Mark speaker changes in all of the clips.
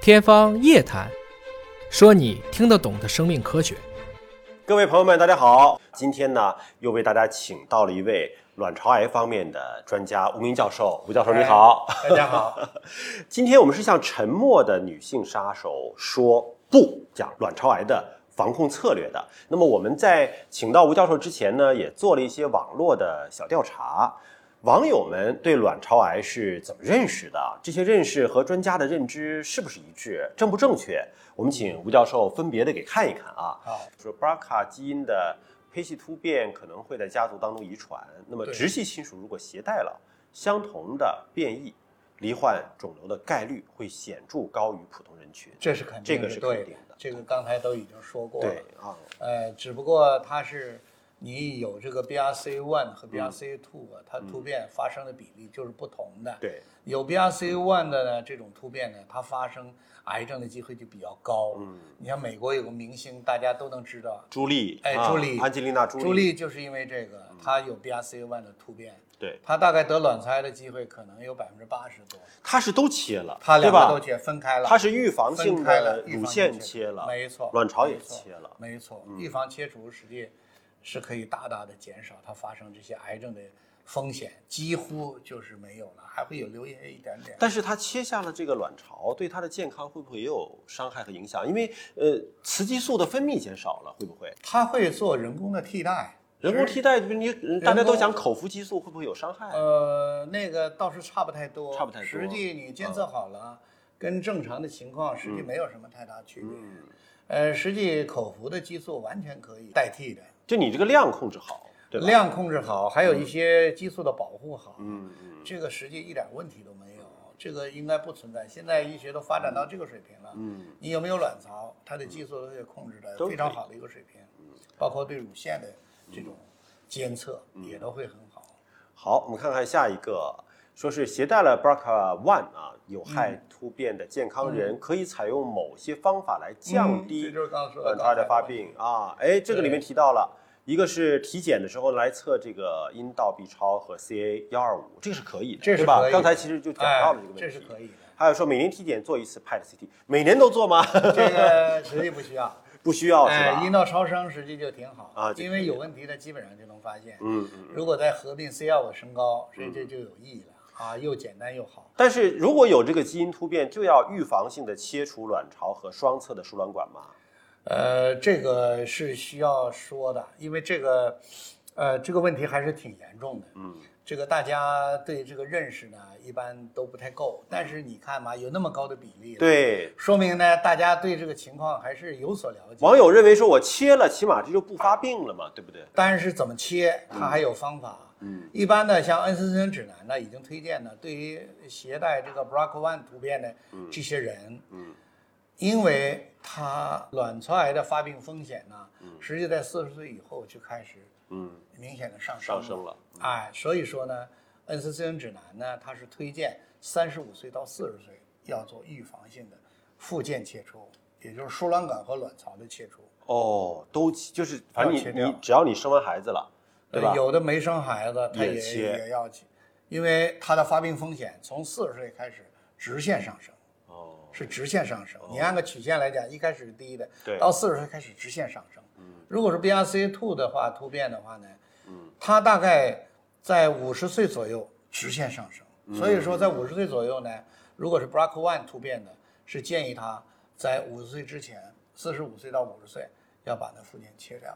Speaker 1: 天方夜谭，说你听得懂的生命科学。
Speaker 2: 各位朋友们，大家好！今天呢，又为大家请到了一位卵巢癌方面的专家吴明教授。吴教授，你好！
Speaker 3: 大家好，
Speaker 2: 今天我们是向沉默的女性杀手说不，讲卵巢癌的防控策略的。那么我们在请到吴教授之前呢，也做了一些网络的小调查，网友们对卵巢癌是怎么认识的？这些认识和专家的认知是不是一致？正不正确？我们请吴教授分别的给看一看啊。
Speaker 3: 好，
Speaker 2: 说 BRCA 基因的胚系突变可能会在家族当中遗传，那么
Speaker 3: 对
Speaker 2: 直系亲属如果携带了相同的变异，罹患肿瘤的概率会显著高于普通人群。
Speaker 3: 这是肯
Speaker 2: 这
Speaker 3: 定
Speaker 2: 个
Speaker 3: 是
Speaker 2: 是
Speaker 3: 对
Speaker 2: 肯定的
Speaker 3: 这个刚才都已经说过了
Speaker 2: 对。啊，
Speaker 3: 呃，只不过它是你有这个 BRCA1
Speaker 2: 嗯
Speaker 3: 和 BRCA2 啊，它突变发生的比例就是不同的。
Speaker 2: 对，
Speaker 3: 有 BRCA1 的呢，这种突变呢，它发生癌症的机会就比较高。
Speaker 2: 嗯，
Speaker 3: 你像美国有个明星，大家都能知道，
Speaker 2: 朱莉，
Speaker 3: 哎
Speaker 2: 啊嗯
Speaker 3: 朱莉
Speaker 2: 安吉丽娜朱
Speaker 3: 朱莉就是因为这个，她有 BRCA1 的突变，
Speaker 2: 对，
Speaker 3: 她大概得卵巢癌的机会可能有百分之八十多。
Speaker 2: 她是都切了，
Speaker 3: 她两
Speaker 2: 对
Speaker 3: 个都
Speaker 2: 吧？
Speaker 3: 切分开了，
Speaker 2: 她是预防性
Speaker 3: 分开了
Speaker 2: 的，
Speaker 3: 预
Speaker 2: 乳
Speaker 3: 防
Speaker 2: 腺
Speaker 3: 性
Speaker 2: 切了，
Speaker 3: 没错，
Speaker 2: 卵巢也
Speaker 3: 没错
Speaker 2: 切了，嗯
Speaker 3: 没错，预防切除实际是可以大大的减少它发生这些癌症的风险，几乎就是没有了，还会有留下一点点。
Speaker 2: 但是他切下了这个卵巢，对他的健康会不会也有伤害和影响？因为呃，雌激素的分泌减少了，会不会？
Speaker 3: 它会做人工的替代，
Speaker 2: 人工替代，你呃大家
Speaker 3: 人
Speaker 2: 都
Speaker 3: 工
Speaker 2: 讲口服激素会不会有伤害？
Speaker 3: 呃，那个倒是差不太
Speaker 2: 嗯
Speaker 3: 多，
Speaker 2: 差不太多嗯
Speaker 3: 实际你监测好了，跟正常的情况实际没有什么太大区别。
Speaker 2: 嗯
Speaker 3: 呃，实际口服的激素完全可以代替的，
Speaker 2: 就你这个量控制好，对吧？
Speaker 3: 量控制好，还有一些激素的保护好，
Speaker 2: 嗯，嗯
Speaker 3: 这个实际一点问题都没有，这个应该不存在。现在医学都发展到这个水平了，
Speaker 2: 嗯，
Speaker 3: 你有没有卵巢，它的激素都可以控制
Speaker 2: 都
Speaker 3: 的
Speaker 2: 可以
Speaker 3: 非常好的一个水平，
Speaker 2: 嗯
Speaker 3: 包括对乳腺的这种监测也都会很好。
Speaker 2: 好，我们看看下一个，啊说是携带了 BRCA1 啊有
Speaker 3: 嗯
Speaker 2: 害突变的健康人，可以采用某些方法来降
Speaker 3: 嗯
Speaker 2: 低
Speaker 3: 这就是刚刚说的
Speaker 2: 卵巢癌的发病啊。哎，这个里面提到了。一个是体检的时候来测这个阴道 B 超和 CA 幺二五，这个是可以的，
Speaker 3: 这是
Speaker 2: 对吧
Speaker 3: 可以？的
Speaker 2: 刚才其实就讲到了这个问题。
Speaker 3: 哎这是可以的，
Speaker 2: 还有说每年体检做一次 PET CT，每年都做吗？
Speaker 3: 这个实际不需要。
Speaker 2: 不需要哦是吧？
Speaker 3: 哎，阴道超声实际就挺好
Speaker 2: 啊就
Speaker 3: 因为有问题的基本上就能发现。
Speaker 2: 嗯嗯。
Speaker 3: 如果再合并 C 药的升高，所以这就有意义了啊，又简单又好。
Speaker 2: 但是如果有这个基因突变，就要预防性的切除卵巢和双侧的输卵管嘛？
Speaker 3: 呃，这个是需要说的，因为这个，呃，这个问题还是挺严重的。嗯，这个大家对这个认识呢，一般都不太够。但是你看嘛，有那么高的比例，，
Speaker 2: 对，
Speaker 3: 说明呢，大家对这个情况还是有所了解。
Speaker 2: 网友认为说我切了，起码这就不发病了嘛，对不对？
Speaker 3: 但是怎么切，它还有方法。嗯，一般呢，像恩斯森指南呢，已经推荐呢，对于携带这个 BRCA1 突变的这些人，嗯，因为他卵巢癌的发病风险呢，实际在四十岁以后就开始
Speaker 2: 嗯，
Speaker 3: 明显的上升
Speaker 2: 上升了。
Speaker 3: 哎，所以说呢，恩斯森指南呢，它是推荐三十五岁到四十岁要做预防性的附件切除，也就是输卵管和卵巢的切除。
Speaker 2: 哦，都切哎就是，反正
Speaker 3: 要切
Speaker 2: 你
Speaker 3: 掉
Speaker 2: 你只要你生完孩子了，对吧？
Speaker 3: 有的没生孩子，他
Speaker 2: 也
Speaker 3: 也
Speaker 2: 切
Speaker 3: 要去，因为他的发病风险从四十岁开始直线上升，
Speaker 2: 哦，
Speaker 3: 是直线上升。你按个曲线来讲，一开始是低的，
Speaker 2: 对嗯
Speaker 3: 到四十岁开始直线上升。如果是 BRCA2 的话，突变的话呢，它大概在五十岁左右直线上升。
Speaker 2: 嗯
Speaker 3: 所以说，在五十岁左右呢，如果是 BRCA1 突变的，是建议他在五十岁之前，四十五岁到五十岁要把那附件切掉。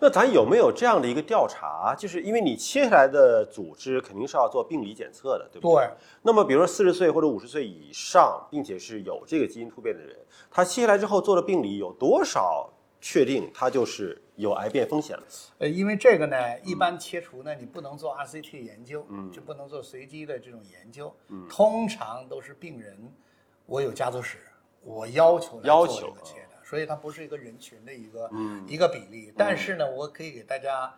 Speaker 2: 那咱有没有这样的一个调查？就是因为你切下来的组织肯定是要做病理检测的，对不
Speaker 3: 对，
Speaker 2: 那么，比如说四十岁或者五十岁以上，并且是有这个基因突变的人，他切下来之后做了病理，有多少确定他就是有癌变风险了？
Speaker 3: 呃，因为这个
Speaker 2: 嗯
Speaker 3: 呢，一般切除呢，你不能做 RCT 研究，就不能做随机的这种研究，
Speaker 2: 嗯
Speaker 3: 通常都是病人，我有家族史，我要求来
Speaker 2: 要
Speaker 3: 做这
Speaker 2: 求
Speaker 3: 个
Speaker 2: 啊嗯
Speaker 3: 切的，所以它不是一个人群的一个、一个比例。但是呢，我可以给大家，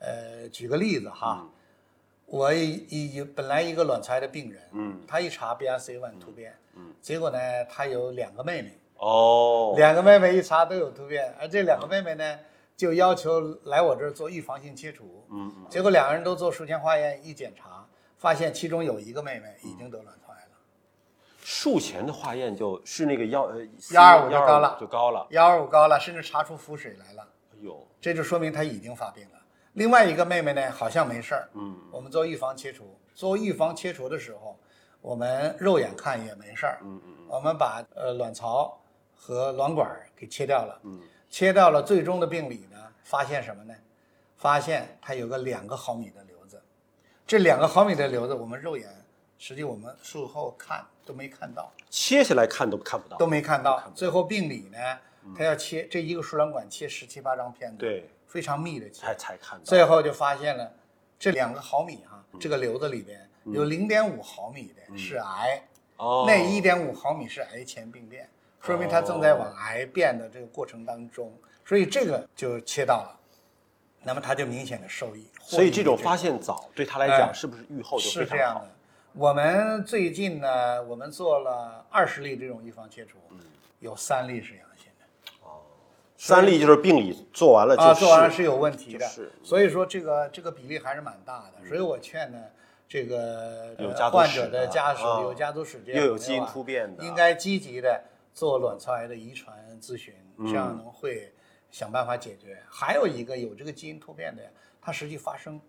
Speaker 3: 呃，举个例子哈，
Speaker 2: 嗯
Speaker 3: 我一一本来一个卵巢癌的病人，
Speaker 2: 嗯
Speaker 3: 他一查 BRCA1 突变，结果呢，他有两个妹妹，
Speaker 2: 哦，
Speaker 3: 两个妹妹一查都有突变，而这两个妹妹呢，就要求来我这儿做预防性切除。嗯，结果两个人都做术前化验，一检查发现其中有一个妹妹已经得卵巢癌了。
Speaker 2: 术前的化验就是那个幺呃
Speaker 3: 125
Speaker 2: 就
Speaker 3: 就高了
Speaker 2: 就高了。
Speaker 3: 幺二五高了，甚至查出腹水来了，
Speaker 2: 哎呦，
Speaker 3: 这就说明她已经发病了。另外一个妹妹呢，好像没事儿，
Speaker 2: 嗯，
Speaker 3: 我们做预防切除，做预防切除的时候，我们肉眼看也没事儿，
Speaker 2: 嗯嗯
Speaker 3: 我们把呃卵巢和卵管儿给切掉了，
Speaker 2: 嗯
Speaker 3: 切掉了，最终的病理呢，发现什么呢？发现它有个两个毫米的瘤子，这两个毫米的瘤子，我们肉眼实际我们术后看都没看到，
Speaker 2: 切下来看都看不到。
Speaker 3: 都没看到。最后病理呢，它要切这一个输卵管切十七八张片子，，
Speaker 2: 对，
Speaker 3: 非常密的切
Speaker 2: 才，才看到。
Speaker 3: 最后就发现了这两个毫米哈、这个瘤子里边有零点五毫米的是癌。
Speaker 2: 嗯哦，
Speaker 3: 那一点五毫米是癌前病变，说明它正在往癌变的这个过程当中，所以这个就切到了，那么它就明显的受益。
Speaker 2: 所以这种
Speaker 3: 获益
Speaker 2: 发现早，对他来讲
Speaker 3: 哎
Speaker 2: 是不是预后就是非
Speaker 3: 这
Speaker 2: 常
Speaker 3: 样
Speaker 2: 好
Speaker 3: 的？。我们最近呢，我们做了二十例这种预防切除，
Speaker 2: 嗯
Speaker 3: 有三例是阳性的
Speaker 2: 三例就是病理做完了就
Speaker 3: 啊，
Speaker 2: 是
Speaker 3: 做完了是有问题的
Speaker 2: 就是，嗯
Speaker 3: 所以说这个这个比例还是蛮大的。所以我劝呢，这个
Speaker 2: 有
Speaker 3: 呃
Speaker 2: 家族
Speaker 3: 患
Speaker 2: 史
Speaker 3: 者
Speaker 2: 的
Speaker 3: 的家属
Speaker 2: 啊
Speaker 3: 有家族史这样
Speaker 2: 又有
Speaker 3: 的
Speaker 2: 基因
Speaker 3: 话
Speaker 2: 突变的，
Speaker 3: 应该积极的做卵巢癌的遗传咨询，
Speaker 2: 嗯
Speaker 3: 这样能会想办法解决。还有一个有这个基因突变的，它实际发生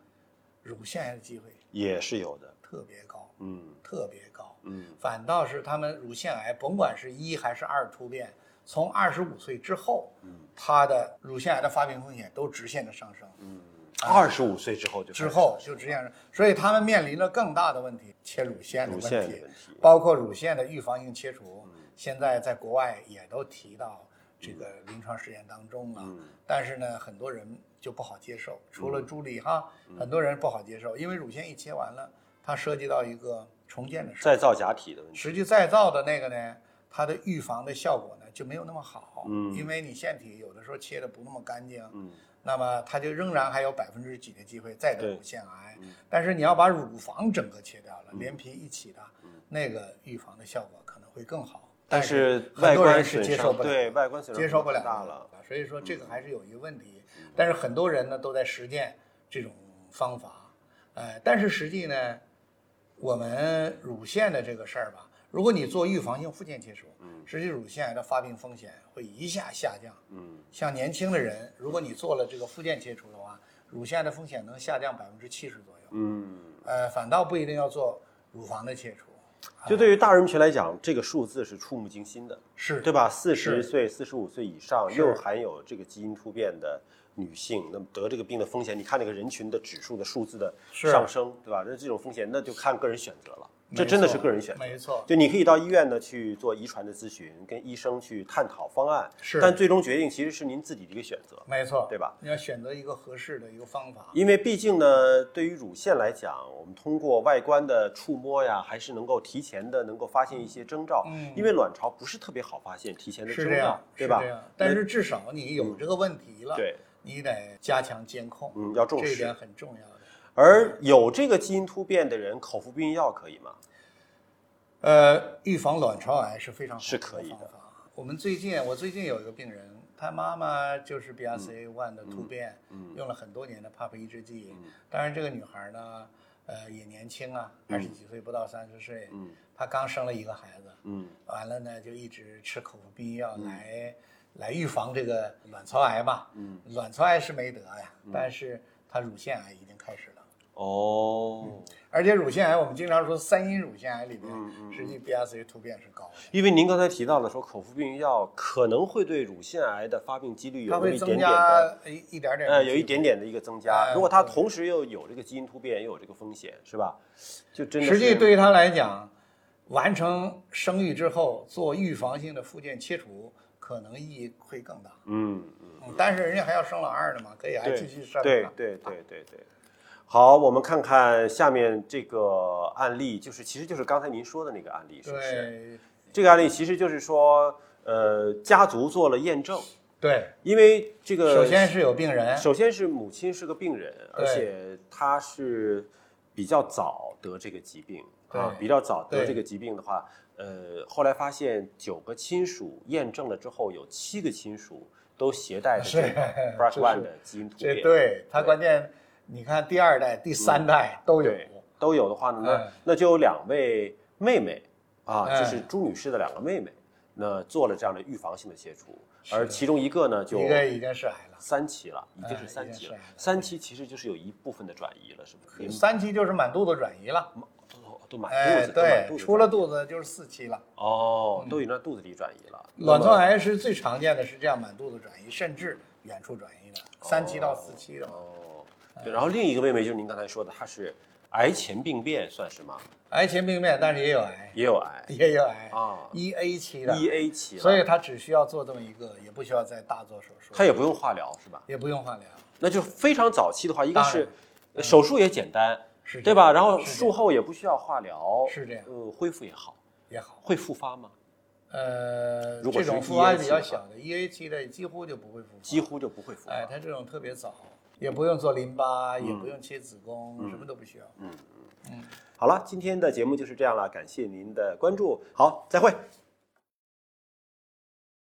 Speaker 3: 乳腺癌的机会
Speaker 2: 也是有的。
Speaker 3: 特别高，
Speaker 2: 嗯
Speaker 3: 特别高。
Speaker 2: 嗯
Speaker 3: 反倒是他们乳腺癌，甭管是一还是二突变，从二十五岁之后，
Speaker 2: 嗯
Speaker 3: 它的乳腺癌的发病风险都直线的上升。
Speaker 2: 嗯，二十五岁之后就开
Speaker 3: 哎之
Speaker 2: 始
Speaker 3: 后就直线上，所以他们面临了更大的问题，切乳腺的
Speaker 2: 乳
Speaker 3: 问
Speaker 2: 腺的
Speaker 3: 题
Speaker 2: 问，题，嗯
Speaker 3: 包括乳腺的预防性切除，现在在国外也都提到这个临床实验当中了。
Speaker 2: 嗯
Speaker 3: 但是呢，很多人就不好接受，除了朱莉哈，
Speaker 2: 嗯
Speaker 3: 很多人不好接受，因为乳腺一切完了，它涉及到一个重建的事儿。
Speaker 2: 再造假体的问题。
Speaker 3: 实际再造的那个呢，它的预防的效果呢就没有那么好，
Speaker 2: 嗯
Speaker 3: 因为你腺体有的时候切的不那么干净，
Speaker 2: 嗯
Speaker 3: 那么它就仍然还有百分之几的机会再得
Speaker 2: 对
Speaker 3: 乳腺癌
Speaker 2: 嗯。
Speaker 3: 但是你要把乳房整个切掉了，连皮一起的，
Speaker 2: 嗯
Speaker 3: 那个预防的效果可能会更好。
Speaker 2: 但
Speaker 3: 是
Speaker 2: 是
Speaker 3: 很
Speaker 2: 外
Speaker 3: 多人
Speaker 2: 观
Speaker 3: 是
Speaker 2: 损
Speaker 3: 接受
Speaker 2: 伤
Speaker 3: 不了，
Speaker 2: 对外观损伤
Speaker 3: 接受不了
Speaker 2: 大
Speaker 3: 的
Speaker 2: 了。，嗯
Speaker 3: 所以说这个还是有一个问题。但是很多人呢都在实践这种方法，呃，但是实际呢，我们乳腺的这个事儿吧，如果你做预防性附件切除，实际乳腺癌的发病风险会一下下降。
Speaker 2: 嗯，
Speaker 3: 像年轻的人，如果你做了这个附件切除的话，乳腺癌的风险能下降百分之七十左右。
Speaker 2: 嗯，
Speaker 3: 呃，反倒不一定要做乳房的切除。哎
Speaker 2: 就对于大人群来讲，这个数字是触目惊心的，
Speaker 3: 是
Speaker 2: 对吧？四十
Speaker 3: 是
Speaker 2: 岁、四十五岁以上
Speaker 3: 是
Speaker 2: 又含有这个基因突变的女性，那么得这个病的风险，你看那个人群的指数的数字的
Speaker 3: 是
Speaker 2: 上升，对吧？那这种风险那就看个人选择了，
Speaker 3: 没
Speaker 2: 这真的
Speaker 3: 错
Speaker 2: 是个人选择。
Speaker 3: 没错，
Speaker 2: 就你可以到医院呢去做遗传的咨询，跟医生去探讨方案，
Speaker 3: 是嗯
Speaker 2: 但最终决定其实是您自己的一个选择，
Speaker 3: 没错，
Speaker 2: 对吧？
Speaker 3: 你要选择一个合适的一个方法。
Speaker 2: 因为毕竟呢，对于乳腺来讲，我们通过外观的触摸呀，还是能够提前的能够发现一些征兆，
Speaker 3: 嗯
Speaker 2: 因为卵巢不是特别好发现提前的
Speaker 3: 是
Speaker 2: 征
Speaker 3: 这
Speaker 2: 兆
Speaker 3: 样，，
Speaker 2: 对吧呃嗯
Speaker 3: 是这样？，但是至少你有这个问题了，
Speaker 2: 对，
Speaker 3: 你得加强监控，
Speaker 2: 嗯，要重
Speaker 3: 这一
Speaker 2: 视
Speaker 3: 点。嗯很重要的。
Speaker 2: 而有这个基因突变的人，口服避孕药可以吗？
Speaker 3: 呃，预防卵巢癌是非常好
Speaker 2: 是可以的
Speaker 3: 方法。我们最近，我最近有一个病人，他妈妈就是 BRCA1 的
Speaker 2: 嗯
Speaker 3: 突变，用了很多年的 PAP E 抑制剂。当然，这个女孩呢，呃，也年轻啊，二十几岁不到三十岁，
Speaker 2: 嗯
Speaker 3: 她刚生了一个孩子，
Speaker 2: 嗯
Speaker 3: 完了呢，就一直吃口服避孕药来、来预防这个卵巢癌嘛。
Speaker 2: 嗯，
Speaker 3: 卵巢癌是没得呀，但是它乳腺癌已经开始了。
Speaker 2: 哦，
Speaker 3: 而且乳腺癌，我们经常说三阴乳腺癌里面，
Speaker 2: 嗯嗯嗯
Speaker 3: 实际 BRCA 突变是高的，
Speaker 2: 因为您刚才提到了说口服避孕药可能会对乳腺癌的发病几率有
Speaker 3: 它
Speaker 2: 那么
Speaker 3: 会
Speaker 2: 一点
Speaker 3: 增
Speaker 2: 点的
Speaker 3: 加一一点点，
Speaker 2: 呃，有一点。点的一个增加。
Speaker 3: 哎
Speaker 2: 如果它
Speaker 3: 对
Speaker 2: 同时又有这个基因突变，又有这个风险，是吧？就真的
Speaker 3: 实际
Speaker 2: 是
Speaker 3: 对于他来讲，完成生育之后做预防性的附件切除，可能意义会更大。
Speaker 2: 嗯嗯，
Speaker 3: 嗯，但是人家还要生老二呢嘛，可以还
Speaker 2: 对
Speaker 3: 继续生。啊
Speaker 2: 对对对对对。好，我们看看下面这个案例，就是其实就是刚才您说的那个案例，是不是？
Speaker 3: 对
Speaker 2: 这个案例其实就是说，呃，家族做了验证，
Speaker 3: 对，
Speaker 2: 因为这个
Speaker 3: 首先是有病人，
Speaker 2: 首先是母亲是个病人，而
Speaker 3: 对
Speaker 2: 且她是比较早得这个疾病啊，
Speaker 3: 对
Speaker 2: 比较早得
Speaker 3: 对
Speaker 2: 这个疾病的话，呃，后来发现九个亲属验证了之后，有七个亲属都携带着这个
Speaker 3: 是
Speaker 2: BRCA1
Speaker 3: 是
Speaker 2: 的基因突
Speaker 3: 这
Speaker 2: 变，
Speaker 3: 对他
Speaker 2: 对嗯
Speaker 3: 关键，你看第二代、第三代都有。
Speaker 2: 对都有的话呢，那
Speaker 3: 嗯
Speaker 2: 那就有两位妹妹啊，
Speaker 3: 哎
Speaker 2: 就是朱女士的两个妹妹，那做了这样的预防性的切除，而其中一个呢就
Speaker 3: 一个已经是癌了。
Speaker 2: 三期了，已经
Speaker 3: 哎
Speaker 2: 是三期了
Speaker 3: 已经是，
Speaker 2: 三期其实就是有一部分的转移了，是不是？
Speaker 3: 三期就是满肚子转移了，
Speaker 2: 都都满
Speaker 3: 哎，
Speaker 2: 肚子，都满
Speaker 3: 对
Speaker 2: 肚，子
Speaker 3: 出了
Speaker 2: 转
Speaker 3: 肚子就是四期了。
Speaker 2: 移哦，都已经到肚子里转移了。
Speaker 3: 卵
Speaker 2: 那
Speaker 3: 巢
Speaker 2: 么
Speaker 3: 癌是最常见的，是这样满肚子转移，甚至远处转移的，三期到四期的嘛。
Speaker 2: 哦，对，然后另一个妹妹就是您刚才说的，她是癌前病变，算是吗？
Speaker 3: 癌前病变，但是也有癌，
Speaker 2: 也有癌
Speaker 3: 也有癌
Speaker 2: 啊
Speaker 3: 一 A 期的
Speaker 2: ，E A 期了，
Speaker 3: 所以他只需要做这么一个，也不需要再大做手术，
Speaker 2: 她也不用化疗是吧？
Speaker 3: 也不用化疗。
Speaker 2: 那就非常早期的话，一个
Speaker 3: 当然
Speaker 2: 是呃手术也简单，
Speaker 3: 是
Speaker 2: 对吧？
Speaker 3: 这
Speaker 2: 然
Speaker 3: 样
Speaker 2: 后
Speaker 3: 是
Speaker 2: 术后也不需要化疗，
Speaker 3: 是这样
Speaker 2: 呃，恢复也好，
Speaker 3: 也好，
Speaker 2: 会复发吗？
Speaker 3: 呃，
Speaker 2: 如果是
Speaker 3: 这种复发比较
Speaker 2: 1A 期的
Speaker 3: 小的，E A 期的几乎就不会复发，
Speaker 2: 几乎就不会复发。
Speaker 3: 哎，他这种特别早，也不用做淋巴，也不用切子宫，什么都不需要。
Speaker 2: 好了，今天的节目就是这样了，感谢您的关注，好，再会。